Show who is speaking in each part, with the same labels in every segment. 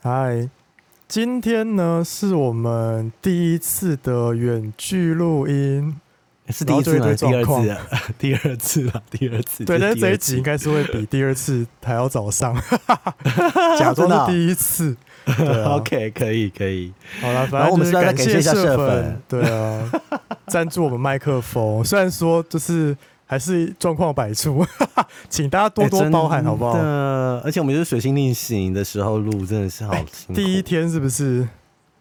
Speaker 1: 嗨，今天呢是我们第一次的远距录音，
Speaker 2: 是第一次
Speaker 1: 然
Speaker 2: 吗？
Speaker 1: 后就
Speaker 2: 第
Speaker 1: 会有一堆
Speaker 2: 二
Speaker 1: 状
Speaker 2: 次啊，第二次了， 第二次。
Speaker 1: 对，但
Speaker 2: 这
Speaker 1: 是
Speaker 2: 第
Speaker 1: 这一
Speaker 2: 二
Speaker 1: 集
Speaker 2: 次
Speaker 1: 应该是会比第二次还要早上， 假装
Speaker 2: 真
Speaker 1: 是
Speaker 2: 的哦
Speaker 1: 第一次。对啊
Speaker 2: OK，可以，可以。
Speaker 1: 好了，反
Speaker 2: 然后我
Speaker 1: 正就是
Speaker 2: 们是要再
Speaker 1: 感
Speaker 2: 感谢
Speaker 1: 谢
Speaker 2: 一下
Speaker 1: 社
Speaker 2: 社
Speaker 1: 粉
Speaker 2: 粉，
Speaker 1: 对啊，赞助我们麦克风。虽然说就是还是状况百出， 请大家多
Speaker 2: 哎
Speaker 1: 多包涵，好不好
Speaker 2: 真？的而且我们就是水星逆行的时候录，真的是好辛苦。
Speaker 1: 哎第一天是不是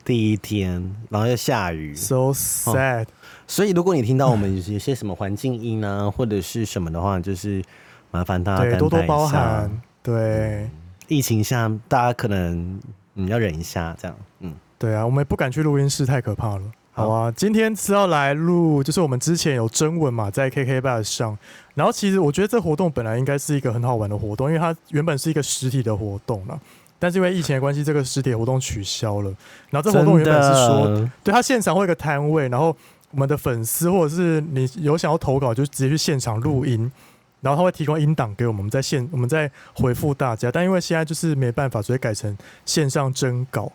Speaker 2: 第一天，然后又下雨，
Speaker 1: so sad？
Speaker 2: 所以如果你听到我们有些什么环境音啊，或者是什么的话，就是麻烦大家
Speaker 1: 对，
Speaker 2: 担
Speaker 1: 多多
Speaker 2: 待一
Speaker 1: 包
Speaker 2: 下
Speaker 1: 涵。。
Speaker 2: 嗯
Speaker 1: 对
Speaker 2: 疫情下，大家可能嗯要忍一下，这样嗯。
Speaker 1: 对啊，我们也不敢去录音室，太可怕了。好
Speaker 2: 好
Speaker 1: 啊，今天是要来录，就是我们之前有征文嘛，在 KK Bus 上。然后其实我觉得这活动本来应该是一个很好玩的活动，因为它原本是一个实体的活动啦，但是因为疫情的关系，这个实体活动取消了。然后这活动原本是说
Speaker 2: 真的
Speaker 1: 对他现场会有一个摊位，然后我们的粉丝或者是你有想要投稿，就直接去现场录音，然后他会提供音档给我们，我们在现我们在回复大家。但因为现在就是没办法，所以改成线上征稿，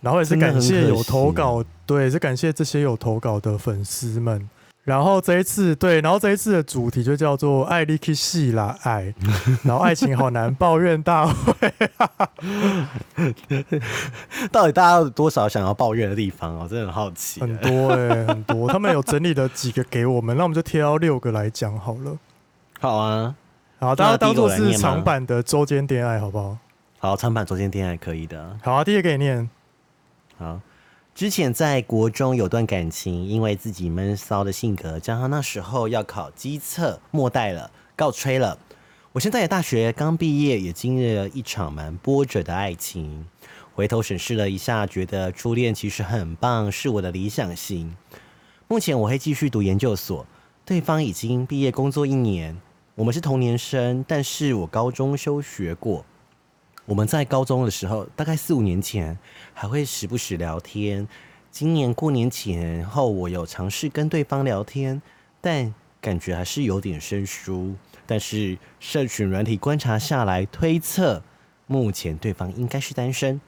Speaker 1: 然后也是
Speaker 2: 真的
Speaker 1: 感
Speaker 2: 很
Speaker 1: 谢
Speaker 2: 可
Speaker 1: 有投
Speaker 2: 惜
Speaker 1: 稿，对，也是感谢这些有投稿的粉丝们。然后这一次对，然后这一次的主题就叫做“爱力 K 戏啦 爱”，然后爱情好难抱怨大会。
Speaker 2: 到底大家有多少想要抱怨的地方哦？真的很好奇。
Speaker 1: 很多哎、很多。他们有整理了几个给我们，那我们就贴到六个来讲好了。
Speaker 2: 好啊，
Speaker 1: 好，大家
Speaker 2: 那第
Speaker 1: 当
Speaker 2: 一个
Speaker 1: 做
Speaker 2: 我来
Speaker 1: 是
Speaker 2: 念吗
Speaker 1: 长版的周间恋爱，好不好？
Speaker 2: 好，长板昨天天还可以的。
Speaker 1: 好啊，第一个给你念。
Speaker 2: 好，之前在国中有段感情，因为自己闷骚的性格，加上那时候要考机测，末代了，告吹了。我现在也大学刚毕业，也经历了一场蛮波折的爱情。回头审视了一下，觉得初恋其实很棒，是我的理想型。目前我会继续读研究所，对方已经毕业工作一年，我们是同年生，但是我高中休学过。我们在高中的时候，大概四五年前，还会时不时聊天。今年过年前后，我有尝试跟对方聊天，但感觉还是有点生疏。但是社群软体观察下来，推测目前对方应该是单身。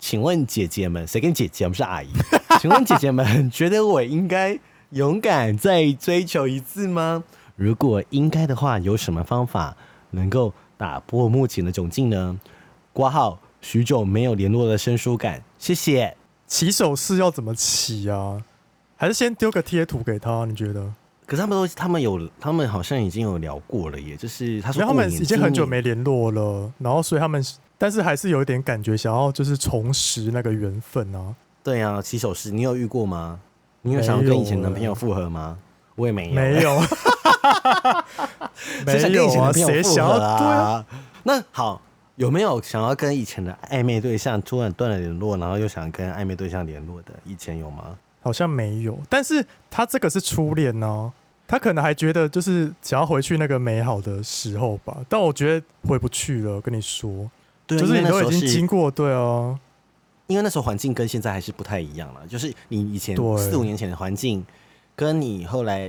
Speaker 2: 请问姐姐们，谁跟姐姐？我们是阿姨。 请问姐姐们，觉得我应该勇敢再追求一次吗？如果应该的话，有什么方法能够打破目前的窘境呢？挂号，许久没有联络的生疏感，谢谢。
Speaker 1: 起手式要怎么起啊？还是先丢个贴图给他？你觉得？
Speaker 2: 可是他们都，他们有，他们好像已经有聊过了耶，就是他说
Speaker 1: 然后他们
Speaker 2: 过年
Speaker 1: 已经很久
Speaker 2: 今年
Speaker 1: 没联络了，然后所以他们，但是还是有一点感觉，想要就是重拾那个缘分啊。
Speaker 2: 对啊，起手式，你有遇过吗？你有
Speaker 1: 没
Speaker 2: 想要跟以前
Speaker 1: 有
Speaker 2: 男朋
Speaker 1: 欸
Speaker 2: 友复合吗？我也没有，
Speaker 1: 没 有，啊
Speaker 2: 谁
Speaker 1: 没
Speaker 2: 想跟
Speaker 1: 有
Speaker 2: 以前
Speaker 1: 啊，
Speaker 2: 男朋友
Speaker 1: 谁
Speaker 2: 复
Speaker 1: 想要
Speaker 2: 合
Speaker 1: 对啊？
Speaker 2: 啊？那好，有没有想要跟以前的暧昧对象突然断了联络，然后又想跟暧昧对象联络的？以前有吗？
Speaker 1: 好像没有，但是他这个是初恋呢、他可能还觉得就是想要回去那个美好的时候吧，但我觉得回不去了。跟你说，
Speaker 2: 对，啊
Speaker 1: 就是
Speaker 2: 因为
Speaker 1: 你
Speaker 2: 那
Speaker 1: 都
Speaker 2: 时
Speaker 1: 已
Speaker 2: 候
Speaker 1: 经
Speaker 2: 是
Speaker 1: 经过，对啊，
Speaker 2: 因为那时候环境跟现在还是不太一样了，就是你以前
Speaker 1: 对
Speaker 2: 四五年前的环境，跟你后来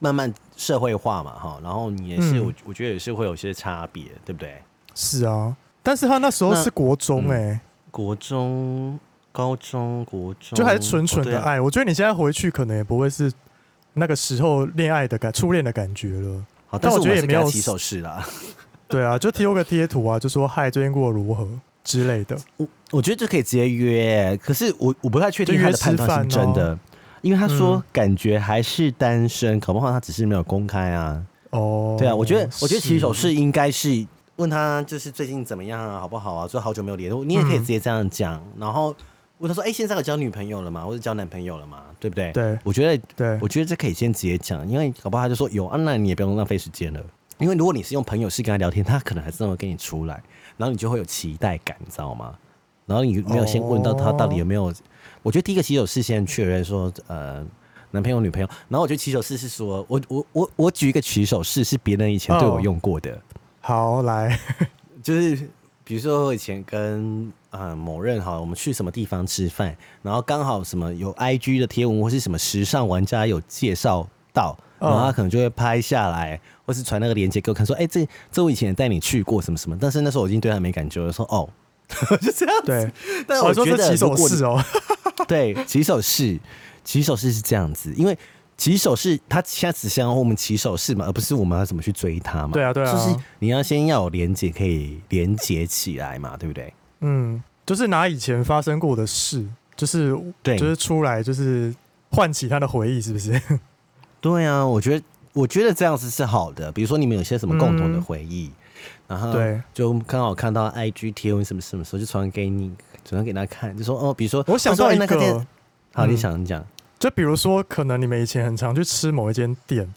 Speaker 2: 慢慢社会化嘛，哈，然后你也是，
Speaker 1: 嗯
Speaker 2: 我我觉得也是会有些差别，对不对？
Speaker 1: 是啊。但是他那时候
Speaker 2: 那
Speaker 1: 是国中
Speaker 2: 嗯
Speaker 1: 哎、
Speaker 2: 国中、高中、国中，
Speaker 1: 就还是纯纯
Speaker 2: 哦对
Speaker 1: 的
Speaker 2: 啊
Speaker 1: 爱。我觉得你现在回去可能也不会是那个时候恋爱的感、初恋的感觉了。
Speaker 2: 好，
Speaker 1: 但
Speaker 2: 但
Speaker 1: 我
Speaker 2: 是
Speaker 1: 觉得也
Speaker 2: 们是
Speaker 1: 没
Speaker 2: 给他
Speaker 1: 有
Speaker 2: 起手式啦。
Speaker 1: 对啊，就贴个贴图啊，就说嗨，最近过得如何之类的。
Speaker 2: 我我觉得就可以直接约，可是我我不太确定
Speaker 1: 就约
Speaker 2: 他的判断是
Speaker 1: 吃饭哦
Speaker 2: 真的，因为他说
Speaker 1: 嗯
Speaker 2: 感觉还是单身，搞不好他只是没有公开啊。
Speaker 1: 哦，
Speaker 2: 对啊，我觉得我觉得起手
Speaker 1: 是
Speaker 2: 式应该是问他就是最近怎么样啊，好不好啊？说好久没有联络，你也可
Speaker 1: 嗯
Speaker 2: 以直接这样讲，然后问他说：“哎、现在有交女朋友了吗？或者交男朋友了吗？对不对？”
Speaker 1: 对
Speaker 2: 我觉得
Speaker 1: 对
Speaker 2: 我觉得这可以先直接讲，因为搞不好他就说有啊，那你也不用浪费时间了。因为如果你是用朋友式跟他聊天，他可能还真的会跟你出来，然后你就会有期待感，你知道吗？然后你没有先问到他到底有没有，我觉得第一个起手式先确认说，呃，男朋友女朋友。然后我觉得起手式是说，我我我我举一个起手式是别人以前对我
Speaker 1: 哦
Speaker 2: 用过的，
Speaker 1: 好，来，
Speaker 2: 就是比如说我以前跟呃某任哈，我们去什么地方吃饭，然后刚好什么有 IG 的贴文或是什么时尚玩家有介绍到，
Speaker 1: 嗯
Speaker 2: 然后他可能就会拍下来，或是传那个链接给我看，说哎、这这我以前也带你去过什么什么，但是那时候我已经对他没感觉了，说哦。 就这样子，
Speaker 1: 对，
Speaker 2: 但
Speaker 1: 我
Speaker 2: 我
Speaker 1: 说
Speaker 2: 觉
Speaker 1: 这
Speaker 2: 得
Speaker 1: 起
Speaker 2: 如
Speaker 1: 手
Speaker 2: 果你
Speaker 1: 式哦，
Speaker 2: 对，起手式，起手式是这样子，因为起手式它现在只想要我们起手式嘛，而不是我们要怎么去追它嘛。
Speaker 1: 对啊对啊
Speaker 2: 就是你要先要有连接，可以连接起来嘛，对不对？
Speaker 1: 嗯，就是拿以前发生过的事，就是
Speaker 2: 对
Speaker 1: 就是出来就是唤起他的回忆，是不是？
Speaker 2: 对啊，我觉得我觉得这样子是好的。比如说你们有些什么共同的
Speaker 1: 嗯
Speaker 2: 回忆，然后
Speaker 1: 对
Speaker 2: 就刚好看到 IG 贴文什么什么时候就传给你，传给他看，就说哦，比如说
Speaker 1: 我想到
Speaker 2: 说哎
Speaker 1: 一
Speaker 2: 那店
Speaker 1: 个，
Speaker 2: 好，你
Speaker 1: 嗯
Speaker 2: 想讲，
Speaker 1: 就比如说，可能你们以前很常去吃某一间店，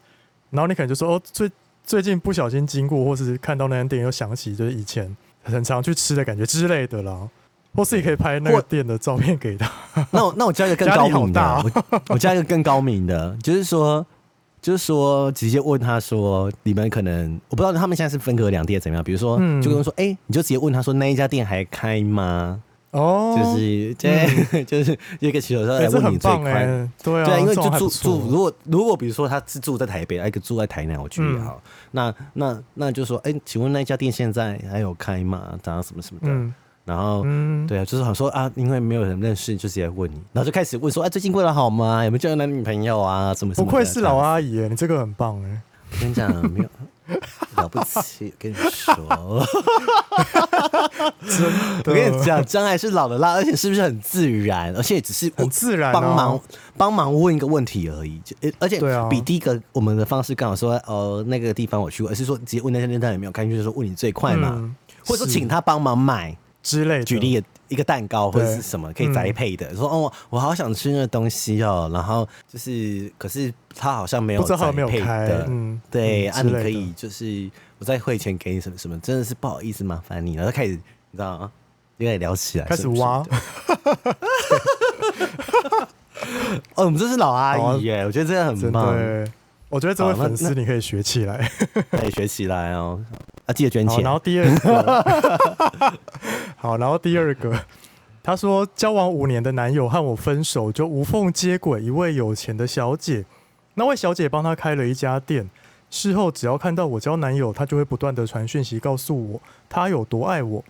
Speaker 1: 然后你可能就说哦，最最近不小心经过，或是看到那间店，又想起就是以前很常去吃的感觉之类的啦。或是你可以拍那
Speaker 2: 或
Speaker 1: 个店的照片给他，
Speaker 2: 那我那我教一个更
Speaker 1: 压
Speaker 2: 高
Speaker 1: 力好
Speaker 2: 明的，
Speaker 1: 大啊
Speaker 2: 我我教一个更高明的，就是说，就是说，直接问他说，你们可能我不知道他们现在是分隔两地怎么样，比如说，
Speaker 1: 嗯
Speaker 2: 就跟他说，哎、你就直接问他说，那一家店还开吗？
Speaker 1: 哦，嗯
Speaker 2: 就是对， 就是一个骑手说，
Speaker 1: 哎、
Speaker 2: 来
Speaker 1: 这
Speaker 2: 问你
Speaker 1: 很
Speaker 2: 最
Speaker 1: 棒哎、
Speaker 2: 宽。
Speaker 1: 对啊，
Speaker 2: 对啊，因为
Speaker 1: 这
Speaker 2: 就
Speaker 1: 种还
Speaker 2: 住
Speaker 1: 不
Speaker 2: 住，
Speaker 1: 错
Speaker 2: 如果如果比如说他是住在台北，哎一个住在台南，我举例
Speaker 1: 嗯
Speaker 2: 好，那那那就说，哎、请问那家店现在还有开吗？然后什么什么的，
Speaker 1: 嗯
Speaker 2: 然后
Speaker 1: 嗯，
Speaker 2: 对啊，就是好说啊，因为没有人认识，就直接问你，然后就开始问说，哎、最近过得好吗？有没有交到男女朋友啊？什么什
Speaker 1: 不
Speaker 2: 么的？
Speaker 1: 愧是老
Speaker 2: 啊！
Speaker 1: 阿姨、欸，你这个很棒哎、
Speaker 2: 我跟你讲， 没有了不起，跟你说，我跟你讲，将来是老的辣，而且是不是很自然？而且只是
Speaker 1: 很自然啊
Speaker 2: 帮忙帮忙问一个问题而已，就呃而且
Speaker 1: 对啊
Speaker 2: 比第一个我们的方式刚好说，呃，那个地方我去过，而是说直接问那家店他有没有开，就是说问你最快嘛，
Speaker 1: 嗯
Speaker 2: 或者说
Speaker 1: 是
Speaker 2: 请他帮忙买。
Speaker 1: 之类的，
Speaker 2: 举例啊一个蛋糕或者
Speaker 1: 对
Speaker 2: 是什么可以宅配的，说哦，我好想吃那个东西哦，然后就是可是他好像没有
Speaker 1: 不知道他
Speaker 2: 宅
Speaker 1: 有没有
Speaker 2: 配
Speaker 1: 开
Speaker 2: 的，
Speaker 1: 嗯
Speaker 2: 对，
Speaker 1: 嗯
Speaker 2: 啊，
Speaker 1: 之
Speaker 2: 你
Speaker 1: 类
Speaker 2: 可
Speaker 1: 的
Speaker 2: 以就是我在汇钱给你什么什么，真的是不好意思麻烦你，然后就开始你知道吗？就开始聊起来，
Speaker 1: 开始挖
Speaker 2: 是不是。哦，我们这是老阿姨耶，我觉得真的很
Speaker 1: 哦真
Speaker 2: 棒，
Speaker 1: 的欸。我觉得这位
Speaker 2: 好那
Speaker 1: 粉丝你可以学起来。
Speaker 2: 可以学起来哦。啊，记得捐
Speaker 1: 好，
Speaker 2: 钱
Speaker 1: 然。后第二个， 好，然后第二个，他说交往五年的男友和我分手，就无缝接轨一位有钱的小姐。那位小姐帮他开了一家店，事后只要看到我交男友，她就会不断的传讯息告诉我她有多爱我，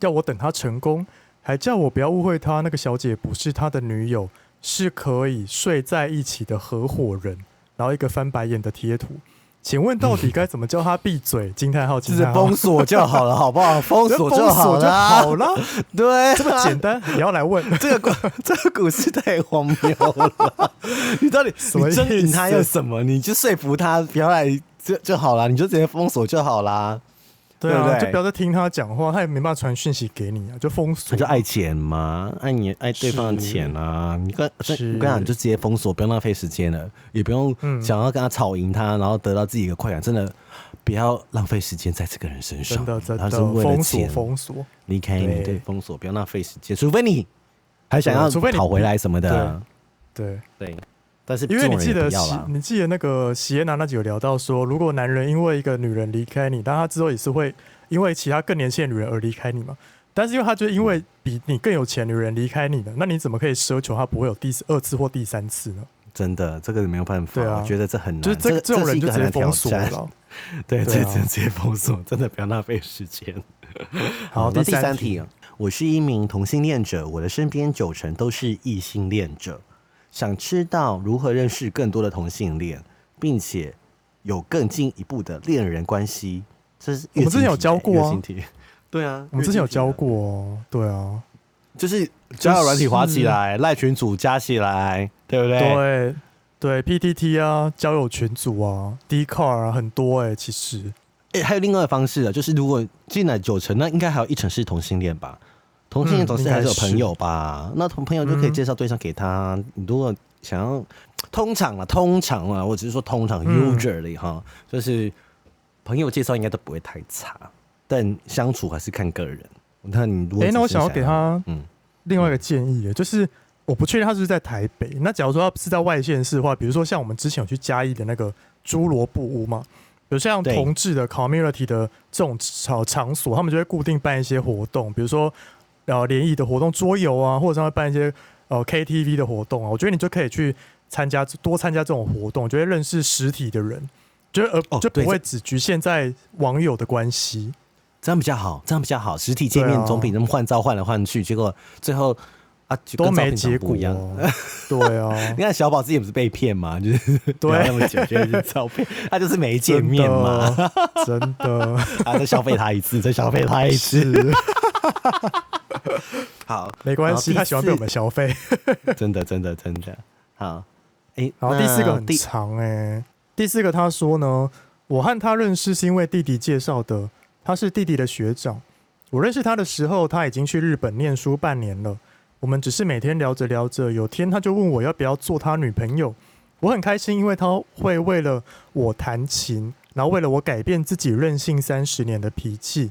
Speaker 1: 要我等她成功，还叫我不要误会她，那个小姐不是他的女友，是可以睡在一起的合伙人。然后一个翻白眼的贴图，请问到底该怎么叫她闭嘴？惊叹号！
Speaker 2: 就
Speaker 1: 惊
Speaker 2: 是
Speaker 1: 叹号！
Speaker 2: 封锁就好了，好不好？封
Speaker 1: 就
Speaker 2: 锁
Speaker 1: 封
Speaker 2: 好
Speaker 1: 锁就
Speaker 2: 了啊，
Speaker 1: 好了，
Speaker 2: 对啊，这
Speaker 1: 这么简 单，你要来问，
Speaker 2: 这个 股这个股市太荒谬了，你到 底
Speaker 1: 么
Speaker 2: 你
Speaker 1: 意思
Speaker 2: 争赢他又什么？你就说服他不要来就就好啦，你就直接封锁就好啦。
Speaker 1: 对
Speaker 2: 对不
Speaker 1: 啊，
Speaker 2: 对
Speaker 1: 就不要再听他讲话，他也没办法传讯息给你啊，就封锁
Speaker 2: 他，就爱钱嘛，爱你爱对方的钱啊！你跟我
Speaker 1: 是
Speaker 2: 跟你讲，你就直接封锁，不用浪费时间了，也不用
Speaker 1: 嗯
Speaker 2: 想要跟他吵赢他，然后得到自己的快感，真的不要浪费时间在这个人身上
Speaker 1: 真。的真
Speaker 2: 他
Speaker 1: 的
Speaker 2: 是为了
Speaker 1: 封锁
Speaker 2: 钱
Speaker 1: 封锁，
Speaker 2: 离开你，
Speaker 1: 对
Speaker 2: 对封锁，不要浪费时间，除非你还想要
Speaker 1: 对除非你
Speaker 2: 讨回来什么的，啊
Speaker 1: 对，
Speaker 2: 对。但是
Speaker 1: 因为
Speaker 2: 这
Speaker 1: 你
Speaker 2: 种人
Speaker 1: 记
Speaker 2: 也
Speaker 1: 得
Speaker 2: 不要
Speaker 1: 席
Speaker 2: 啦
Speaker 1: 你记得那个席耶娜那集有聊到说，如果男人因为一个女人离开你，但他之后也是会因为其他更年轻的女人而离开你嘛。但是因为他就是因为比你更有钱的女人离开你的，那你怎么可以奢求他不会有第二次或第三次呢？
Speaker 2: 真的，这个没有办法，
Speaker 1: 对啊
Speaker 2: 我觉得这很难，
Speaker 1: 就是这
Speaker 2: 这
Speaker 1: 这种
Speaker 2: 是
Speaker 1: 人
Speaker 2: 一
Speaker 1: 就
Speaker 2: 个
Speaker 1: 直
Speaker 2: 很
Speaker 1: 接
Speaker 2: 难挑
Speaker 1: 封锁
Speaker 2: 战。
Speaker 1: 了。
Speaker 2: 对，
Speaker 1: 对
Speaker 2: 这
Speaker 1: 啊
Speaker 2: 这直接封锁，真的不要浪费时间。
Speaker 1: 好，
Speaker 2: 那
Speaker 1: 第
Speaker 2: 第
Speaker 1: 三
Speaker 2: 三题，我是一名同性恋者，我的身边九成都是异性恋者，想知道如何认识更多的同性恋，并且有更进一步的恋人关系。这是
Speaker 1: 我们之前有教过啊
Speaker 2: 月经题月经题对啊，
Speaker 1: 我们之前有教
Speaker 2: 月经题啊，
Speaker 1: 过 哦，对啊，
Speaker 2: 就是交友软体滑起来，赖群组加起来，对不对？
Speaker 1: 对对，PTT 啊，交友群组啊，D Car 啊，很多哎、其实
Speaker 2: 诶，还有另外的方式啊，就是如果进来九成，那应该还有一成是同性恋吧？同性
Speaker 1: 嗯
Speaker 2: 恋总是
Speaker 1: 应该
Speaker 2: 还是有
Speaker 1: 是
Speaker 2: 朋友吧？那同朋友就可以
Speaker 1: 嗯
Speaker 2: 介绍对象给他。你如果想要，通常啊，通常啊，我只是说通常
Speaker 1: 嗯
Speaker 2: usually 哈，就是朋友介绍应该都不会太差，但相处还是看个人。那你如果
Speaker 1: 诶那我
Speaker 2: 只是
Speaker 1: 想要给他
Speaker 2: 嗯，
Speaker 1: 另外一个建议耶，就是我不确定他是不是在台北。那假如说他是在外县市的话，比如说像我们之前有去嘉义的那个猪萝卜屋嘛，有像
Speaker 2: 对
Speaker 1: 同志的 community 的这种场场所，他们就会固定办一些活动，比如说呃联谊的活动、桌游啊，或者他会办一些呃 KTV 的活动啊。我觉得你就可以去参加多参加这种活动，就会认识实体的人，就是呃、
Speaker 2: 哦
Speaker 1: 就不
Speaker 2: 对
Speaker 1: 会
Speaker 2: 这
Speaker 1: 只局限在网友的关系。
Speaker 2: 这样比较好，这样比较好。实体见
Speaker 1: 对
Speaker 2: 面
Speaker 1: 啊
Speaker 2: 总比那么换照换来换去，结果最后啊就
Speaker 1: 都
Speaker 2: 跟照
Speaker 1: 没
Speaker 2: 片长
Speaker 1: 结
Speaker 2: 得
Speaker 1: 果
Speaker 2: 不一样。
Speaker 1: 哦、对 啊，
Speaker 2: 你看小宝之前不是被骗吗？就是
Speaker 1: 对
Speaker 2: 聊那么久，就是照 片，他就是没见面嘛，
Speaker 1: 真的，真的
Speaker 2: 啊，再消费他一次，再消费他一次，
Speaker 1: 是
Speaker 2: 好，
Speaker 1: 没关系，
Speaker 2: 然
Speaker 1: 他
Speaker 2: 后第
Speaker 1: 喜欢被我
Speaker 2: 四
Speaker 1: 们消费。
Speaker 2: 真的，真的，真的。好，哎、
Speaker 1: 然后
Speaker 2: 那
Speaker 1: 第四个很
Speaker 2: 第
Speaker 1: 长哎、第四个他说呢，我和他认识是因为弟弟介绍的，他是弟弟的学长。我认识他的时候，他已经去日本念书半年了。我们只是每天聊着聊着，有天他就问我要不要做他女朋友。我很开心，因为他会为了我弹琴，然后为了我改变自己任性三十年的脾气。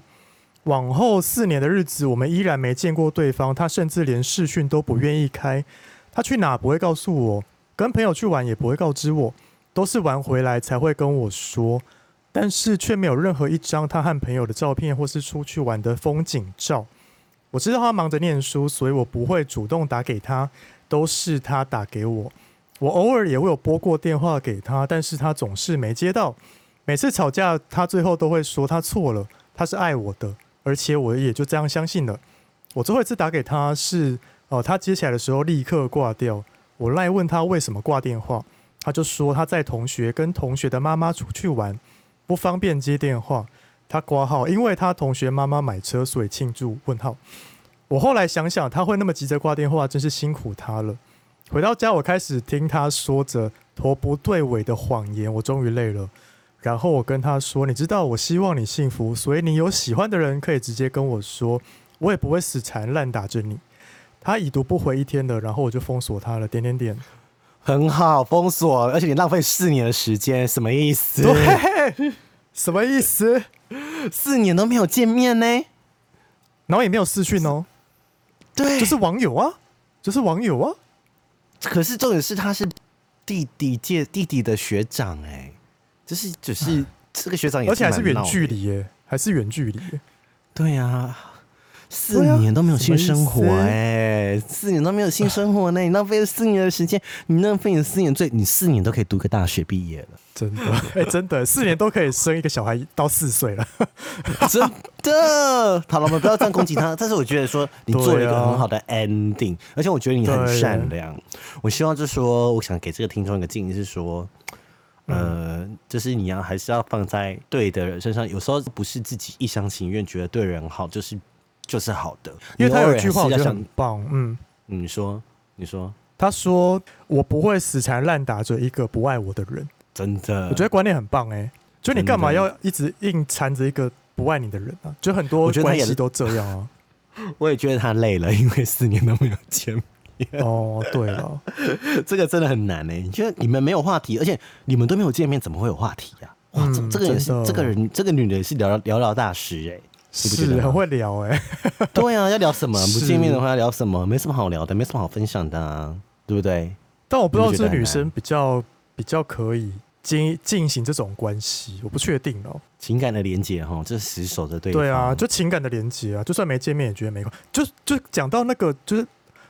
Speaker 1: 往后四年的日子，我们依然没见过对方，他甚至连视讯都不愿意开。他去哪不会告诉我，跟朋友去玩也不会告知我，都是玩回来才会跟我说，但是却没有任何一张他和朋友的照片或是出去玩的风景照。我知道他忙着念书，所以我不会主动打给他，都是他打给我。我偶尔也会有拨过电话给他，但是他总是没接到。每次吵架，他最后都会说他错了，他是爱我的，而且我也就这样相信了。我最后一次打给他是，呃，他接起来的时候立刻挂掉，我赖问他为什么挂电话，他就说他在同学跟同学的妈妈出去玩，不方便接电话。他挂号，因为他同学妈妈买车，所以庆祝。问号。我后来想想，他会那么急着挂电话，真是辛苦他了。回到家，我开始听他说着头不对尾的谎言，我终于累了。然后我跟他说：“你知道，我希望你幸福，所以你有喜欢的人可以直接跟我说，我也不会死缠烂打着你。”他已读不回一天了，然后我就封锁他了。点点点，
Speaker 2: 很好，封锁，而且你浪费四年的时间，什么意思？
Speaker 1: 对，什么意思？
Speaker 2: 四年都没有见面呢。
Speaker 1: 然后也没有私讯哦，
Speaker 2: 对，
Speaker 1: 就是网友啊，就是网友啊，
Speaker 2: 可是重点是他是弟弟界弟弟的学长哎、就是只、是这个学长也
Speaker 1: 而且还是
Speaker 2: 蛮
Speaker 1: 远
Speaker 2: 闹的
Speaker 1: 距，离耶，还是远距离耶。
Speaker 2: 对啊。四
Speaker 1: 对啊
Speaker 2: 年都没有
Speaker 1: 什么
Speaker 2: 性
Speaker 1: 意思
Speaker 2: 生活哎、四年都没有性生活呢、你 浪费了四年的时间，你浪费你四年最，你四年都可以读个大学毕业 了，
Speaker 1: 真的，哎、真的，四年都可以生一个小孩到四岁 了。
Speaker 2: 真的。好了，我们不要这样攻击他，但是我觉得说你做了一个
Speaker 1: 对啊
Speaker 2: 很好的 ending，、而且我觉得你很
Speaker 1: 对
Speaker 2: 善良。我希望就是说，我想给这个听众一个建议是说，
Speaker 1: 嗯
Speaker 2: 呃，就是你要还是要放在对的人身上，有时候不是自己一厢情愿觉得对人好，就是就是好的。
Speaker 1: 因为他
Speaker 2: 你偶
Speaker 1: 有
Speaker 2: 尔
Speaker 1: 一句话我觉
Speaker 2: 还是
Speaker 1: 得
Speaker 2: 要
Speaker 1: 很
Speaker 2: 想，
Speaker 1: 棒，嗯，
Speaker 2: 你说，你说，
Speaker 1: 他说我不会死缠烂打着一个不爱我的人，
Speaker 2: 真的，
Speaker 1: 我觉得观念很棒哎、就你
Speaker 2: 嗯真的
Speaker 1: 干嘛要一直硬缠着一个不爱你的人啊？就很多
Speaker 2: 我觉得他
Speaker 1: 关
Speaker 2: 也
Speaker 1: 系都这样 啊。
Speaker 2: 我也觉得他累了，因为四年都没有见面。
Speaker 1: 哦，对了，
Speaker 2: 这个真的很难呢、欸你觉得你们没有话题，而且你们都没有见面，怎么会有话题呀、哇，这
Speaker 1: 嗯
Speaker 2: 这个人是
Speaker 1: 真的
Speaker 2: 这个人这个女人是聊聊聊大师 哎、你不觉得
Speaker 1: 是
Speaker 2: 吗
Speaker 1: 很会聊哎、
Speaker 2: 对啊，要聊什么？不
Speaker 1: 是
Speaker 2: 见面的话要聊什么？没什么好聊的，没什么好分享的啊，对不对？
Speaker 1: 但我不知道
Speaker 2: 你不
Speaker 1: 是
Speaker 2: 觉得很
Speaker 1: 女
Speaker 2: 难
Speaker 1: 生比较比较可以进进行这种关系，我不确定哦。
Speaker 2: 情感的连接哈，这是死守着对方。
Speaker 1: 对啊，就情感的连接啊，就算没见面也觉得没关。就就讲到那个，就是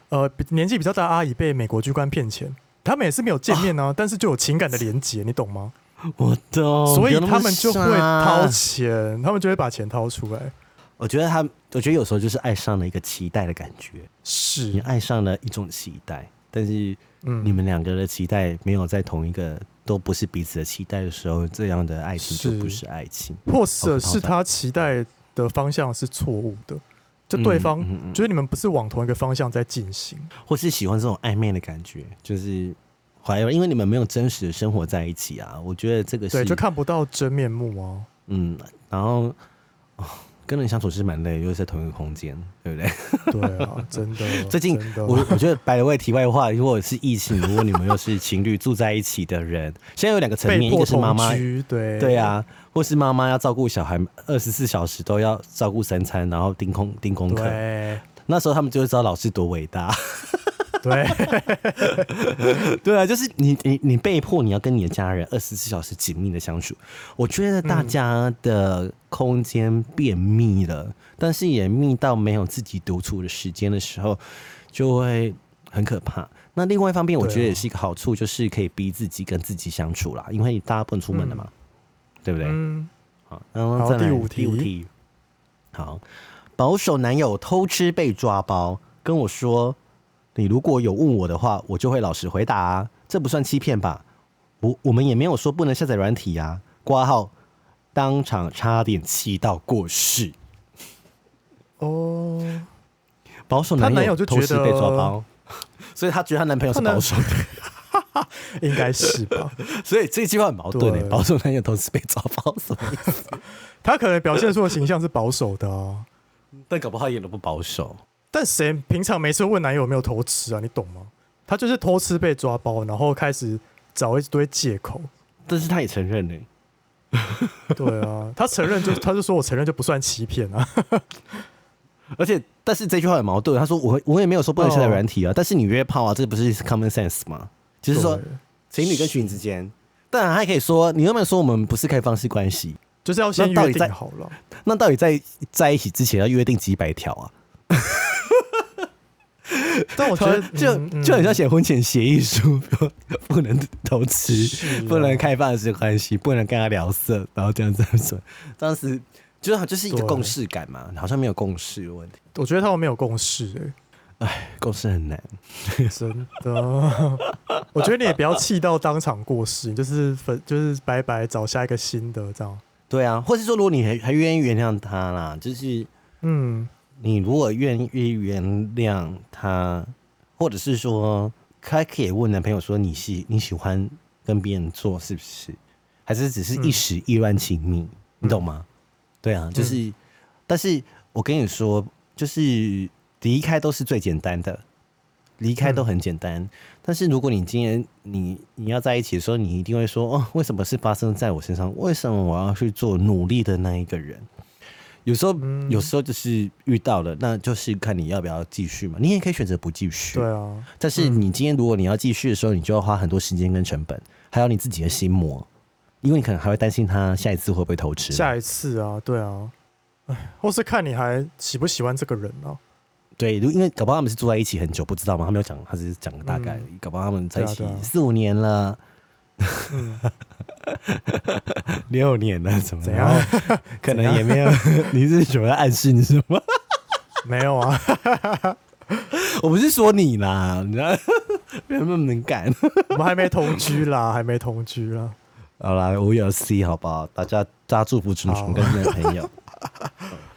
Speaker 1: 呃，比年纪比较大的阿姨被美国军官骗钱，他们也是没有见面
Speaker 2: 哦
Speaker 1: 啊，但是就有情感的连接，你懂吗？
Speaker 2: 我懂，
Speaker 1: 所
Speaker 2: 不
Speaker 1: 以
Speaker 2: 哦要那么
Speaker 1: 他们就会
Speaker 2: 傻
Speaker 1: 掏钱，他们就会把钱掏出来。
Speaker 2: 我觉得他，我觉得有时候就是爱上了一个期待的感觉，你
Speaker 1: 是，
Speaker 2: 爱上了一种期待，但是
Speaker 1: 嗯
Speaker 2: 你们两个的期待没有在同一个，都不是彼此的期待的时候，这样的爱情就是不是爱情。
Speaker 1: 或者
Speaker 2: 好
Speaker 1: 是
Speaker 2: 吧
Speaker 1: 他期待的方向是错误的，就对
Speaker 2: 嗯
Speaker 1: 方、
Speaker 2: 嗯嗯
Speaker 1: 就是你们不是往同一个方向在进行。
Speaker 2: 或是喜欢这种暧昧的感觉，就是怀疑，因为你们没有真实的生活在一起啊。我觉得这个是
Speaker 1: 对，就看不到真面目哦。
Speaker 2: 嗯，然后、哦跟人相处是蛮累，又是在同一个空间，对不对？
Speaker 1: 对 啊，真的。
Speaker 2: 最近
Speaker 1: 真的
Speaker 2: 我我觉得百位题外话，如果是疫情，如果你们又是情侣住在一起的人，现在有两个层
Speaker 1: 被
Speaker 2: 面，一
Speaker 1: 迫
Speaker 2: 个是妈
Speaker 1: 同
Speaker 2: 妈，
Speaker 1: 居，对
Speaker 2: 对，啊，或是妈妈要照顾小孩，二十四小时都要照顾三餐，然后盯空盯功课。
Speaker 1: 对
Speaker 2: 那时候他们就会知道老师多伟 大。
Speaker 1: 对
Speaker 2: 对啊，就是你你你被迫你要跟你的家人二十四小时紧密的相处，我觉得大家的空间变密了，但是也密到没有自己独处的时间的时候，就会很可怕。那另外一方面，我
Speaker 1: 对啊
Speaker 2: 觉得也是一个好处，就是可以逼自己跟自己相处啦，因为大家不能出门了嘛，对不对？
Speaker 1: 嗯，
Speaker 2: 好，然后
Speaker 1: 好
Speaker 2: 再来
Speaker 1: 第五
Speaker 2: 第五
Speaker 1: 题
Speaker 2: 题，好，保守男友偷吃被抓包，跟我说，你如果有问我的话，我就会老实回答、啊，这不算欺骗吧？我我们也没有说不能下载软体啊，挂号当场差点气到过世，
Speaker 1: 哦，
Speaker 2: 保守
Speaker 1: 她男
Speaker 2: 友
Speaker 1: 友就
Speaker 2: 偷
Speaker 1: 觉
Speaker 2: 吃被抓
Speaker 1: 得
Speaker 2: 包，所以她觉得她 男朋友是
Speaker 1: 她男
Speaker 2: 保守的，
Speaker 1: 应该是吧？
Speaker 2: 所以这句话很矛盾诶、欸
Speaker 1: 对
Speaker 2: 保守男友偷吃被抓包什么意思？
Speaker 1: 他可能表现出的形象是保守的啊，
Speaker 2: 但搞不好一点都不保守。
Speaker 1: 但谁平常没事问男友有没有偷吃啊？你懂吗？他就是偷吃被抓包，然后开始找一堆借口。
Speaker 2: 但是他也承认欸呢、
Speaker 1: 对啊，他承认就他就说我承认就不算欺骗啊。
Speaker 2: 而且，但是这句话很矛盾。他说我我也没有说不能下载软体啊，但是你约炮啊，这不是 common sense 吗？ 就是说
Speaker 1: 哦对
Speaker 2: 情侣跟情侣之间，当然还可以说你有没有说我们不是开放式关系？
Speaker 1: 就是要先
Speaker 2: 那到底
Speaker 1: 约
Speaker 2: 在
Speaker 1: 定好 了。
Speaker 2: 那到底在在一起之前要约定几百条啊？
Speaker 1: 但我觉得
Speaker 2: 就
Speaker 1: 嗯嗯
Speaker 2: 就很像写婚前协议书，不能偷吃，
Speaker 1: 是啊
Speaker 2: 不能开放式关系，不能跟他聊色，然后这样这样说，当时就是就是一个
Speaker 1: 对
Speaker 2: 共识感嘛，好像没有共识的问题，
Speaker 1: 我觉得他们没有共识、
Speaker 2: 共识很难。
Speaker 1: 欸，真的。 我觉得你也不要气到当场过世，你就是分就是拜拜找下一个新的这样。
Speaker 2: 对啊，或是说如果你还还愿意原谅他啦，就是。
Speaker 1: 嗯，
Speaker 2: 你如果愿意原谅他，或者是说，他可以问男朋友说你喜你喜欢跟别人做是不是？还是只是一时意乱情迷？你懂吗？对啊，就是，但是我跟你说，就是离开都是最简单的，离开都很简单。但是如果你今天你你要在一起的时候，你一定会说哦，为什么是发生在我身上？为什么我要去做努力的那一个人？有时候，有时候就是遇到了，那就是看你要不要继续嘛。你也可以选择不继续，
Speaker 1: 对啊，
Speaker 2: 但是你今天如果你要继续的时候，你就要花很多时间跟成本，还有你自己的心魔，因为你可能还会担心他下一次会不会偷吃。
Speaker 1: 下一次啊，对啊，哎，或是看你还喜不喜欢这个人啊。
Speaker 2: 对，如因为搞不好他们是住在一起很久，不知道嘛，他没有讲，他只是讲个大概而已，搞不好他们在一起
Speaker 1: 对啊对啊
Speaker 2: 四五年了，
Speaker 1: 嗯，
Speaker 2: 六年了，怎么
Speaker 1: 怎样？
Speaker 2: 可能也没有， 你是想要暗示你什么？
Speaker 1: 没有啊，
Speaker 2: 我不是说你啦，你知道， 人们能干。
Speaker 1: 我们还没同居啦，还没同居啦。
Speaker 2: 好啦，五有 C 好不好？大家大家祝福纯纯
Speaker 1: 好
Speaker 2: 跟你的朋友。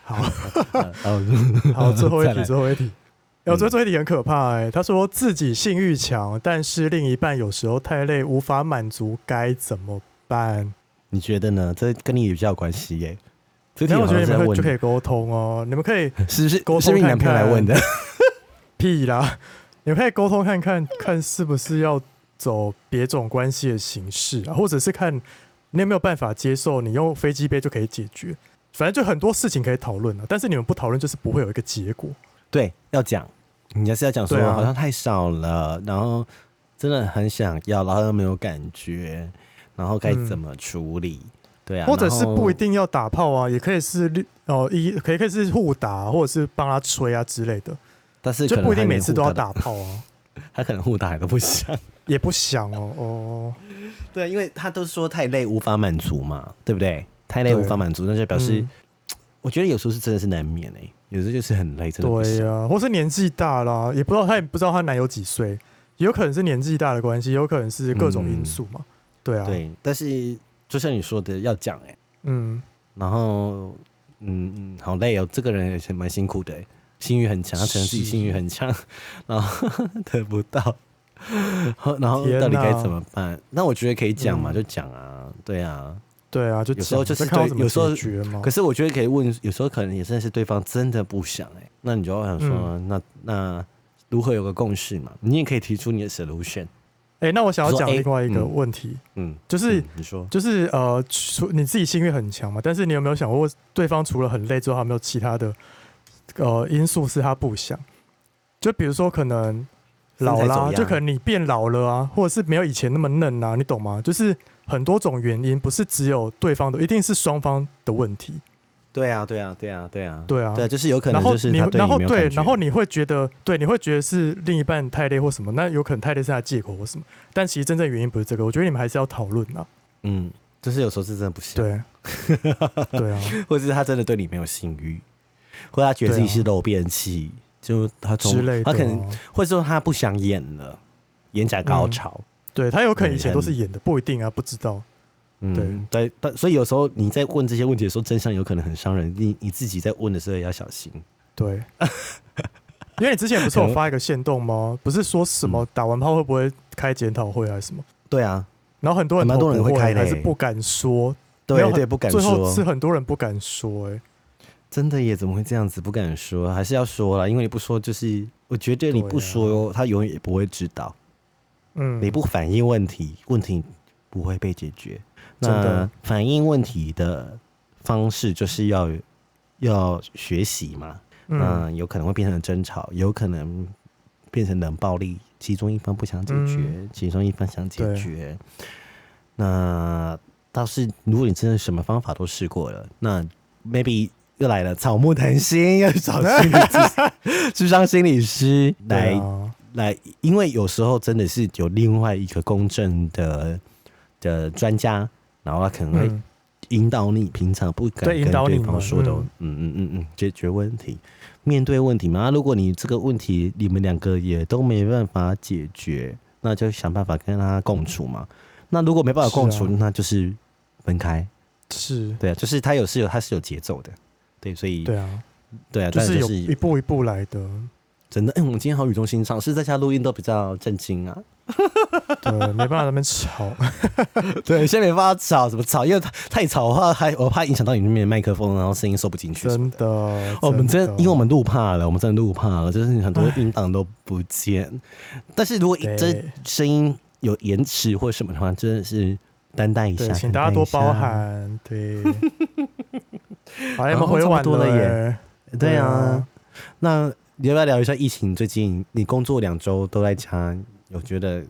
Speaker 1: 好，
Speaker 2: 好，
Speaker 1: 好，最后一
Speaker 2: 再来嗯
Speaker 1: 题，最后一题。哎、我觉得最后一题很可怕哎、他说自己性欲强，但是另一半有时候太累，无法满足，该怎么办？
Speaker 2: 你觉得呢？这跟你比较有关系耶、这题
Speaker 1: 然后
Speaker 2: 好
Speaker 1: 我觉得你
Speaker 2: 像是在
Speaker 1: 们会
Speaker 2: 问
Speaker 1: 就可以沟通哦，你们可以
Speaker 2: 是不是
Speaker 1: 沟通
Speaker 2: 是不是你男朋友
Speaker 1: 看
Speaker 2: 来
Speaker 1: 看
Speaker 2: 问的？
Speaker 1: 屁啦， 你们可以沟通看看，看是不是要走别种关系的形式啊，或者是看你有没有办法接受，你用飞机杯就可以解决。反正就很多事情可以讨论啊，但是你们不讨论，就是不会有一个结果。
Speaker 2: 对，要讲，你还是要讲说、
Speaker 1: 对啊
Speaker 2: 好像太少了，然后真的很想要，然后又没有感觉，然后该怎么处理？对啊，
Speaker 1: 或者是
Speaker 2: 然后
Speaker 1: 不一。定要打炮啊，也可以是绿哦一可以可以是互打，啊或者是帮他吹啊之类的，
Speaker 2: 但是
Speaker 1: 就
Speaker 2: 可能
Speaker 1: 不一定
Speaker 2: 他连
Speaker 1: 每次
Speaker 2: 互
Speaker 1: 都要
Speaker 2: 打
Speaker 1: 打炮啊，
Speaker 2: 的，他可能互打也都不想。
Speaker 1: 也不想哦哦，
Speaker 2: 对，啊因为他都说太累无法满足嘛，对不对？太累
Speaker 1: 对
Speaker 2: 无法满足，那就表示、
Speaker 1: 嗯
Speaker 2: 我觉得有时候是真的是难免哎、有时候就是很累， 真的不
Speaker 1: 对
Speaker 2: 行。
Speaker 1: 呀、或是年纪大啦，也不知道她也不知道她男友几岁，也有可能是年纪大的关系，也有可能是各种因素嘛，对啊，
Speaker 2: 嗯对，但是就像你说的，要讲哎、
Speaker 1: 嗯，
Speaker 2: 然后，嗯，嗯，好累哦，这个人也是蛮辛苦的欸，性欲很强，他承认自己
Speaker 1: 是
Speaker 2: 性欲很强，然后 得不到，然后
Speaker 1: 天
Speaker 2: 到底该
Speaker 1: 哪
Speaker 2: 怎么办？那我觉得可以讲嘛，
Speaker 1: 嗯
Speaker 2: 就讲啊，对啊，
Speaker 1: 对啊，就
Speaker 2: 有时候
Speaker 1: 讲
Speaker 2: 就是
Speaker 1: 再看到
Speaker 2: 对
Speaker 1: 怎，么
Speaker 2: 有时候
Speaker 1: 解决嘛
Speaker 2: 可。是我觉得可以问，有时候可能也真的是对方真的不想哎、那你就要想说，
Speaker 1: 嗯
Speaker 2: 那那如何有个共识嘛？你也可以提出你的 solution。
Speaker 1: 哎、那我想要
Speaker 2: 你说
Speaker 1: 讲
Speaker 2: A，
Speaker 1: 另外一个
Speaker 2: 嗯
Speaker 1: 问题，
Speaker 2: 嗯，
Speaker 1: 就是、
Speaker 2: 嗯你说，
Speaker 1: 就是呃，除你自己性欲很强嘛，但是你有没有想过，对方除了很累之后，还有没有其他的呃因素是他不想？就比如说可能老
Speaker 2: 身材走
Speaker 1: 啦，
Speaker 2: 样
Speaker 1: 就可能你变老了啊，或者是没有以前那么嫩啊，你懂吗？就是很多种原因，不是只有对方的，一定是双方的问题。
Speaker 2: 对啊，对啊，对啊，对啊，
Speaker 1: 对啊
Speaker 2: 对，就是有可
Speaker 1: 然
Speaker 2: 能
Speaker 1: 后
Speaker 2: 就是
Speaker 1: 你
Speaker 2: 他，对
Speaker 1: 然后
Speaker 2: 你没有
Speaker 1: 对，
Speaker 2: 感觉
Speaker 1: 然后你会觉得，对，你会觉得是另一半太累或什么，那有可能太累是他的借口或什么，但其实真正原因不是这个，我觉得你们还是要讨论啊。
Speaker 2: 嗯，就是有时候是真的不行，
Speaker 1: 对，对啊，
Speaker 2: 或者是他真的对你没有性欲，或者他觉得自己是漏便器，就他从
Speaker 1: 啊之类的啊
Speaker 2: 他可能，或者说他不想演了，演假
Speaker 1: 嗯
Speaker 2: 高潮。
Speaker 1: 对他有可能以前
Speaker 2: 对
Speaker 1: 都是演的，不一定啊，不知道。
Speaker 2: 嗯，对，但所以有时候你在问这些问题的时候，真相有可能很伤人。你你自己在问的时候也要小心。
Speaker 1: 对， 因为你之前不是有发一个线动吗？不是说什
Speaker 2: 嗯
Speaker 1: 么打完炮会不会开检讨会还是什么？
Speaker 2: 对啊，
Speaker 1: 然后很多人
Speaker 2: 蛮多
Speaker 1: 头
Speaker 2: 人
Speaker 1: 不
Speaker 2: 会开的
Speaker 1: 还是
Speaker 2: 欸
Speaker 1: 不敢说，没有
Speaker 2: 对
Speaker 1: 很
Speaker 2: 对，不敢
Speaker 1: 最后
Speaker 2: 说
Speaker 1: 是，很多人不敢说、欸，哎，
Speaker 2: 真的耶，怎么会这样子？不敢说，还是要说啦，因为你不说，就是我觉得你
Speaker 1: 对啊
Speaker 2: 不说，他永远也不会知道，
Speaker 1: 嗯，
Speaker 2: 你不反映问题，问题不会被解决。
Speaker 1: 真的
Speaker 2: 那反映问题的方式就是要要学习嘛，
Speaker 1: 嗯
Speaker 2: 那有可能会变成争吵，有可能变成冷暴力，其中一方不想解决，
Speaker 1: 嗯
Speaker 2: 其中一方想解
Speaker 1: 对
Speaker 2: 决。那倒是，如果你真的什么方法都试过了，那 maybe 又来了，草木谈心，要去找心理咨 智商心理师来、
Speaker 1: 对啊，
Speaker 2: 来，因为有时候真的是有另外一个公正的的专家，然后他可能会
Speaker 1: 嗯，
Speaker 2: 引导你平常不敢
Speaker 1: 对
Speaker 2: 跟
Speaker 1: 引导
Speaker 2: 对
Speaker 1: 你
Speaker 2: 方
Speaker 1: 们
Speaker 2: 说的，嗯
Speaker 1: 嗯
Speaker 2: 嗯嗯嗯，解决问题，面对问题嘛。那啊如果你这个问题你们两个也都没办法解决，那就想办法跟他共处嘛。那如果没办法共处，
Speaker 1: 是啊
Speaker 2: 那就是分开。
Speaker 1: 是，
Speaker 2: 对啊，就是他有是有他是有节奏的，对，所以
Speaker 1: 对啊，
Speaker 2: 对啊，
Speaker 1: 就
Speaker 2: 但
Speaker 1: 是有
Speaker 2: 是
Speaker 1: 一步一步来的，
Speaker 2: 真的，哎、我们今天好语重心长，是在家录音都比较震 惊啊。
Speaker 1: 对，没办法在那边 吵，
Speaker 2: 对，先没办法吵，怎么吵？因为太吵的话，还我怕影响到你那边的麦克风，然后声音收不进去什么
Speaker 1: 真的，
Speaker 2: 哦我们真，因为我
Speaker 1: 们
Speaker 2: 们录怕了，我们真的录怕了，就是很多音档都不见。但是如果一
Speaker 1: 对
Speaker 2: 真声音有延迟或什么的话，真的是担待一下
Speaker 1: 对，，请大家多
Speaker 2: 担待一
Speaker 1: 包
Speaker 2: 下。
Speaker 1: 涵， 对。好，你
Speaker 2: 哦
Speaker 1: 们回
Speaker 2: 差不
Speaker 1: 晚
Speaker 2: 多了耶
Speaker 1: 耶，
Speaker 2: 对
Speaker 1: 对
Speaker 2: 啊
Speaker 1: 啊，
Speaker 2: 那你要不要聊一下疫情？最近你工作两周都在家，有觉得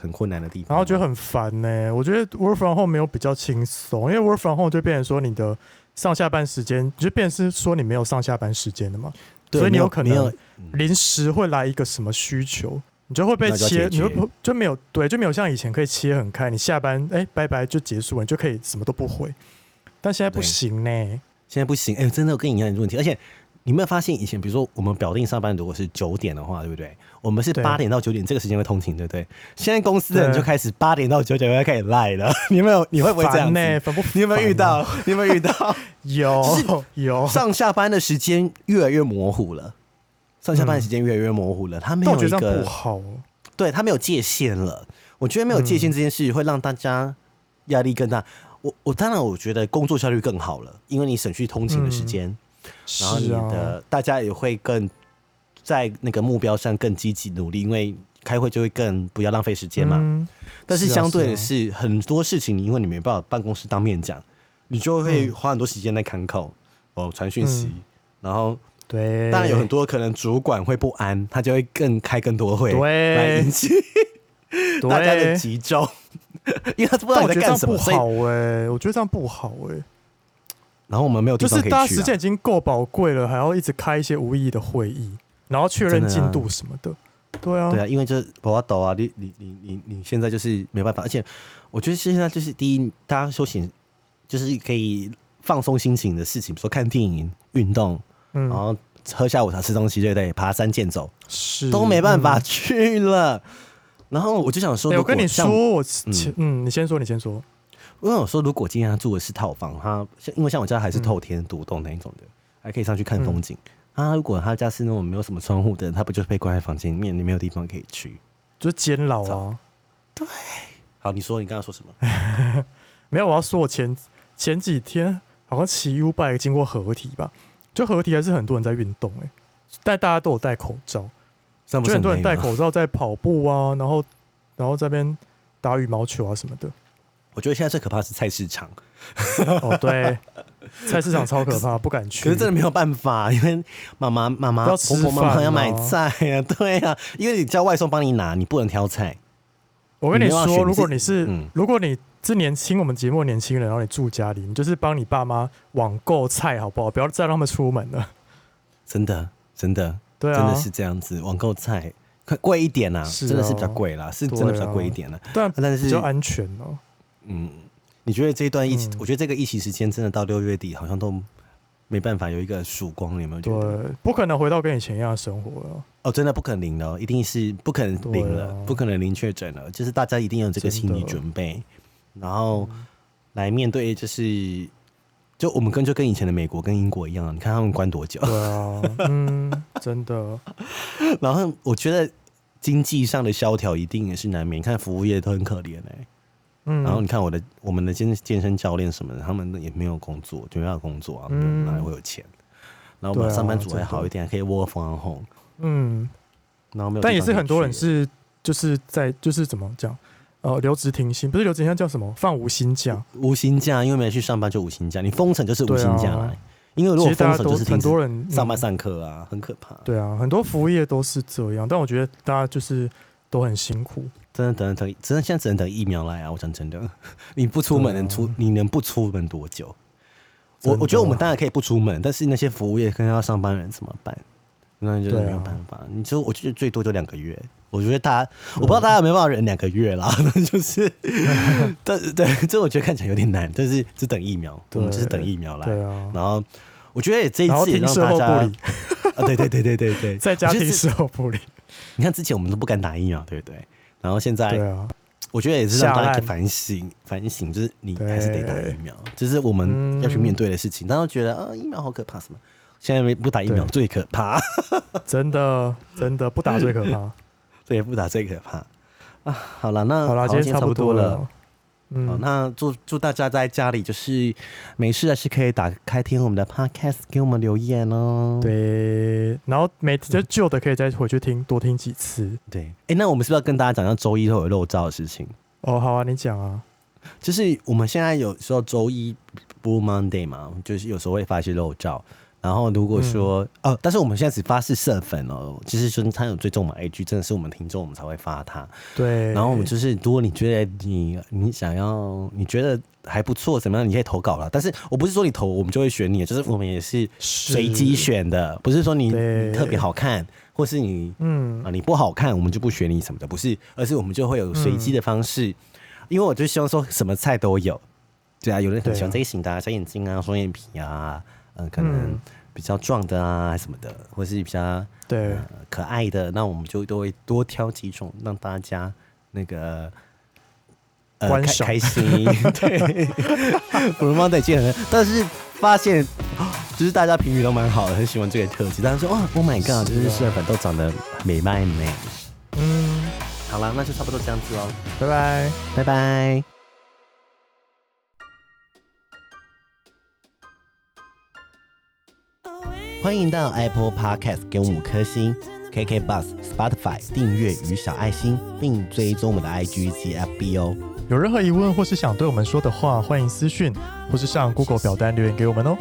Speaker 2: 很困难的地方吗？
Speaker 1: 然后觉得很烦呢、我觉得 work from home 没有比较轻松，因为 work from home 就变成说你的上下班时间，就变成是说你没有上下班时间的嘛，
Speaker 2: 对
Speaker 1: 所以你
Speaker 2: 没有
Speaker 1: 有可
Speaker 2: 没有
Speaker 1: 能临时会来一个什么需求，你就会被
Speaker 2: 那就要
Speaker 1: 切
Speaker 2: 解，决
Speaker 1: 你会不就没有对，就没有像以前可以切很开，你下班哎、拜拜就结束了，你就可以什么都不回，但现在不
Speaker 2: 对
Speaker 1: 行呢、
Speaker 2: 现在不行，哎、真的我跟你一样的问题，而且。你有没有发现以前，比如说我们表定上班如果是九点的话，对不对？我们是
Speaker 1: 对
Speaker 2: 八点到九点这个时间会通勤，对不对？现在公司的人
Speaker 1: 对
Speaker 2: 就开始八点到九点会开始赖了， 你有没有？你会不会这
Speaker 1: 烦
Speaker 2: 样子？
Speaker 1: 呢、烦不烦啊
Speaker 2: 你有没有遇？到？ 你有 没有遇到？
Speaker 1: 有 有，
Speaker 2: 上下班的时间越来越模糊了，上下班的时间越来越模糊了，他没
Speaker 1: 嗯但我
Speaker 2: 有
Speaker 1: 觉
Speaker 2: 一
Speaker 1: 得这样不
Speaker 2: 个，
Speaker 1: 好、哦。
Speaker 2: 对他没有界限了。我觉得没有
Speaker 1: 嗯
Speaker 2: 界限这件事会让大家压力更大。我我当然我觉得工作效率更好了，因为你省去通勤的时间。然后你
Speaker 1: 是
Speaker 2: 的、
Speaker 1: 啊，
Speaker 2: 大家也会更在那个目标上更积极努力，因为开会就会更不要浪费时间嘛。
Speaker 1: 嗯
Speaker 2: 但是
Speaker 1: 是啊
Speaker 2: 相对
Speaker 1: 是
Speaker 2: 的
Speaker 1: 啊
Speaker 2: 是，很多事情你因为你没办法办公室当面讲，你就会花很多时间在看口哦传讯息，
Speaker 1: 嗯
Speaker 2: 然后
Speaker 1: 对，
Speaker 2: 当然有很多可能主管会不安，他就会更开更多会，
Speaker 1: 对
Speaker 2: 来引起
Speaker 1: 对
Speaker 2: 大家的集中， 因为他不知
Speaker 1: 但
Speaker 2: 道
Speaker 1: 我觉得
Speaker 2: 你在
Speaker 1: 这样
Speaker 2: 干什
Speaker 1: 不
Speaker 2: 么，所以
Speaker 1: 好哎、我觉得这样不好哎、
Speaker 2: 然后我们没有地
Speaker 1: 就
Speaker 2: 方
Speaker 1: 是
Speaker 2: 可以去、啊，
Speaker 1: 大家时间已经够宝贵了，还要一直开一些无意义的会议，然后确认进度什么的。对啊，
Speaker 2: 对啊，因为就是我要抖啊，你你你你你现在就是没办法，而且我觉得现在就是第一，大家休闲就是可以放松心情的事情，比如说看电影、运动，然
Speaker 1: 嗯，
Speaker 2: 后喝下午茶、吃东西，对不对？爬山、健走
Speaker 1: 是
Speaker 2: 都没办法
Speaker 1: 嗯
Speaker 2: 去了。然后我就想说，
Speaker 1: 哎
Speaker 2: 如
Speaker 1: 我
Speaker 2: 果
Speaker 1: 跟你
Speaker 2: 像，
Speaker 1: 说，我前嗯，你先说，你先说。
Speaker 2: 我想说，如果今天他住的是套房，他像因为像我家还是
Speaker 1: 嗯
Speaker 2: 透天独栋那一种的，还可以上去看风景。啊，如果他家是那种没有什么窗户的，他不就是被关在房间里面，你没有地方可以去？
Speaker 1: 就是监牢啊，哎
Speaker 2: 好，你说你刚刚说什么？
Speaker 1: 没有，我要说，我前前几天好像骑 U bike 经过合体吧，就合体还是很多人在运动哎、但大家都有戴口罩，
Speaker 2: 这样不
Speaker 1: 就是很多
Speaker 2: 很
Speaker 1: 人
Speaker 2: 累
Speaker 1: 戴
Speaker 2: 吗
Speaker 1: 口罩在跑步啊，然后然后这边打羽毛球啊什么的。
Speaker 2: 我觉得现在最可怕的是菜市场，
Speaker 1: 哦，对，菜市场超可怕，不敢去。
Speaker 2: 可是真的没有办 法，因为妈妈、妈妈、
Speaker 1: 要
Speaker 2: 婆
Speaker 1: 吃
Speaker 2: 婆、妈妈
Speaker 1: 饭
Speaker 2: 要买
Speaker 1: 啊
Speaker 2: 菜啊， 对啊，因为你叫外送帮你拿，你不能挑菜。
Speaker 1: 我跟
Speaker 2: 你
Speaker 1: 你
Speaker 2: 没有要选
Speaker 1: 说，如果
Speaker 2: 自
Speaker 1: 你是、
Speaker 2: 嗯
Speaker 1: 如果你是年轻，我们节目的年轻人，然后你住家里，你就是帮你爸妈网购菜好不好？不要再让他们出门了。
Speaker 2: 真的，真的，
Speaker 1: 对啊
Speaker 2: 真的是这样子。网购菜可贵一点啊，
Speaker 1: 是啊
Speaker 2: 真的是比较贵啦，是
Speaker 1: 对
Speaker 2: 真
Speaker 1: 啊
Speaker 2: 的比较贵一点了、啊
Speaker 1: 但
Speaker 2: 但是
Speaker 1: 比较安全哦、
Speaker 2: 嗯，你觉得这一段疫情，
Speaker 1: 嗯
Speaker 2: 我觉得这个疫情时间真的到六月底，好像都没办法有一个曙光，你有没有觉得？
Speaker 1: 对，不可能回到跟以前一样的生活了。
Speaker 2: 哦，真的不可能零了哦，一定是不可能零了，
Speaker 1: 对啊
Speaker 2: 不可能零确诊了，就是大家一定有这个心理
Speaker 1: 真的
Speaker 2: 准备，然后来面对，就是就我们跟就跟以前的美国跟英国一样啊，你看他们关多久，
Speaker 1: 对啊，嗯，真的，
Speaker 2: 然后我觉得经济上的萧条一定也是难免，你看服务业都很可怜哎、
Speaker 1: 嗯，
Speaker 2: 然后你看我的我们的健健身教练什么的，他们也没有工作，就没有工作啊，
Speaker 1: 嗯
Speaker 2: 哪里会有钱？然后我们
Speaker 1: 对啊
Speaker 2: 上班族还
Speaker 1: 真
Speaker 2: 好
Speaker 1: 的
Speaker 2: 一点，还可以 work from home，
Speaker 1: 嗯，
Speaker 2: 然后没有地方可以去，
Speaker 1: 但也是很多人是就是在就是怎么讲，呃，留职停薪，不是留职停薪叫什么？放无薪假。
Speaker 2: 无薪假，因为没去上班就无薪假，你封城就是无
Speaker 1: 对
Speaker 2: 薪
Speaker 1: 啊
Speaker 2: 假来，因呃为如
Speaker 1: 其
Speaker 2: 果
Speaker 1: 实大
Speaker 2: 封
Speaker 1: 家
Speaker 2: 城
Speaker 1: 都
Speaker 2: 就是停
Speaker 1: 很
Speaker 2: 止
Speaker 1: 多人
Speaker 2: 上班
Speaker 1: 嗯
Speaker 2: 上课啊，很可怕。
Speaker 1: 对啊，很多服务业都是这样，但我觉得大家就是都很辛苦。
Speaker 2: 真的等等，真的现在只能等疫苗来啊！我讲真的， 你不出
Speaker 1: 对
Speaker 2: 门
Speaker 1: 啊
Speaker 2: 能出，你能不出门多久？我
Speaker 1: 真的啊
Speaker 2: 我觉得我们当然可以不出门，但是那些服务业跟要上班人怎么办？那就是
Speaker 1: 对啊
Speaker 2: 没有办法。你就我觉得最多就两个月，我觉得大家我不知道大家有没有办法忍两个月啦， 就是，但对，这我觉得看起来有点难，但是只等疫苗，我们就是等疫苗来。
Speaker 1: 对啊，
Speaker 2: 然后我觉得也这一
Speaker 1: 然后
Speaker 2: 次也
Speaker 1: 停
Speaker 2: 让
Speaker 1: 售
Speaker 2: 大
Speaker 1: 后
Speaker 2: 家
Speaker 1: 不理，
Speaker 2: 啊，对对对对对 对，
Speaker 1: 在家
Speaker 2: 我觉得
Speaker 1: 庭
Speaker 2: 这
Speaker 1: 售后 不理。
Speaker 2: 你看之前我们都不敢打疫苗，对不对？然后现在
Speaker 1: 对啊，
Speaker 2: 我觉得也是让大
Speaker 1: 下
Speaker 2: 家
Speaker 1: 烂
Speaker 2: 反省，反省就是你
Speaker 1: 对
Speaker 2: 还是得打疫苗，这是我们
Speaker 1: 嗯
Speaker 2: 要去面对的事情。大家都觉得啊，疫苗好可怕什么？现在没不打疫苗
Speaker 1: 对
Speaker 2: 最可怕，
Speaker 1: 真的真的不打最可怕。
Speaker 2: 对，不打最可怕啊。好了，那
Speaker 1: 好啦，今天
Speaker 2: 今天
Speaker 1: 差
Speaker 2: 差不
Speaker 1: 多
Speaker 2: 了。。好，
Speaker 1: 嗯，
Speaker 2: 那祝祝大家在家里就是没事的是可以打开听我们的 podcast，给我们留言哦。
Speaker 1: 对，然后每次旧的可以再回去听，多听几次。
Speaker 2: 对，哎，那我们是不是要跟大家讲一下周一会有漏照的事情？
Speaker 1: 哦，好啊，你讲啊。
Speaker 2: 就是我们现在有时候周一 Blue Monday 嘛，就是有时候会发一些漏照。然后如果
Speaker 1: 嗯
Speaker 2: 说、哦，但是我们现在只发是社粉哦，就是说他有追踪我们 IG，真的是我们听众我们才会发他。
Speaker 1: 对，
Speaker 2: 然后我们就是，如果你觉得你你想要，你觉得还不错怎么样，你可以投稿啦。但是我不是说你投我们就会选你，啊就是我们也是随机
Speaker 1: 是。
Speaker 2: 选的，不是说你
Speaker 1: 对
Speaker 2: 你特别好看，或是你
Speaker 1: 嗯
Speaker 2: 啊，，你不好看，我们就不选你什么的，不是，而是我们就会有随机的方式，因为我就希望说什么菜都有，对啊，有人很喜欢这一型的、啊，小眼睛啊，双眼皮啊，嗯、可能
Speaker 1: 嗯
Speaker 2: 比较壮的啊什么的，或是比较、
Speaker 1: 对
Speaker 2: 呃、可爱的，那我们就都会多挑几种让大家那个。呃，
Speaker 1: 观
Speaker 2: 开
Speaker 1: 赏
Speaker 2: 开心，对，我们猫在见人，但是发现哦就是大家评语都蛮好的，很喜欢这个特辑。大家说哇，Oh my god，就是社粉都长得美漫美。
Speaker 1: 嗯，
Speaker 2: 好啦，那就差不多这样子喽，
Speaker 1: 拜拜。
Speaker 2: 拜拜。欢迎到 Apple Podcast 给我们五颗星，KK Bus、Spotify 订阅与小爱心，并追踪我们的 IG 及 FB 哦。
Speaker 1: 有任何疑问或是想对我们说的话，欢迎私讯或是上 Google 表单留言给我们哦。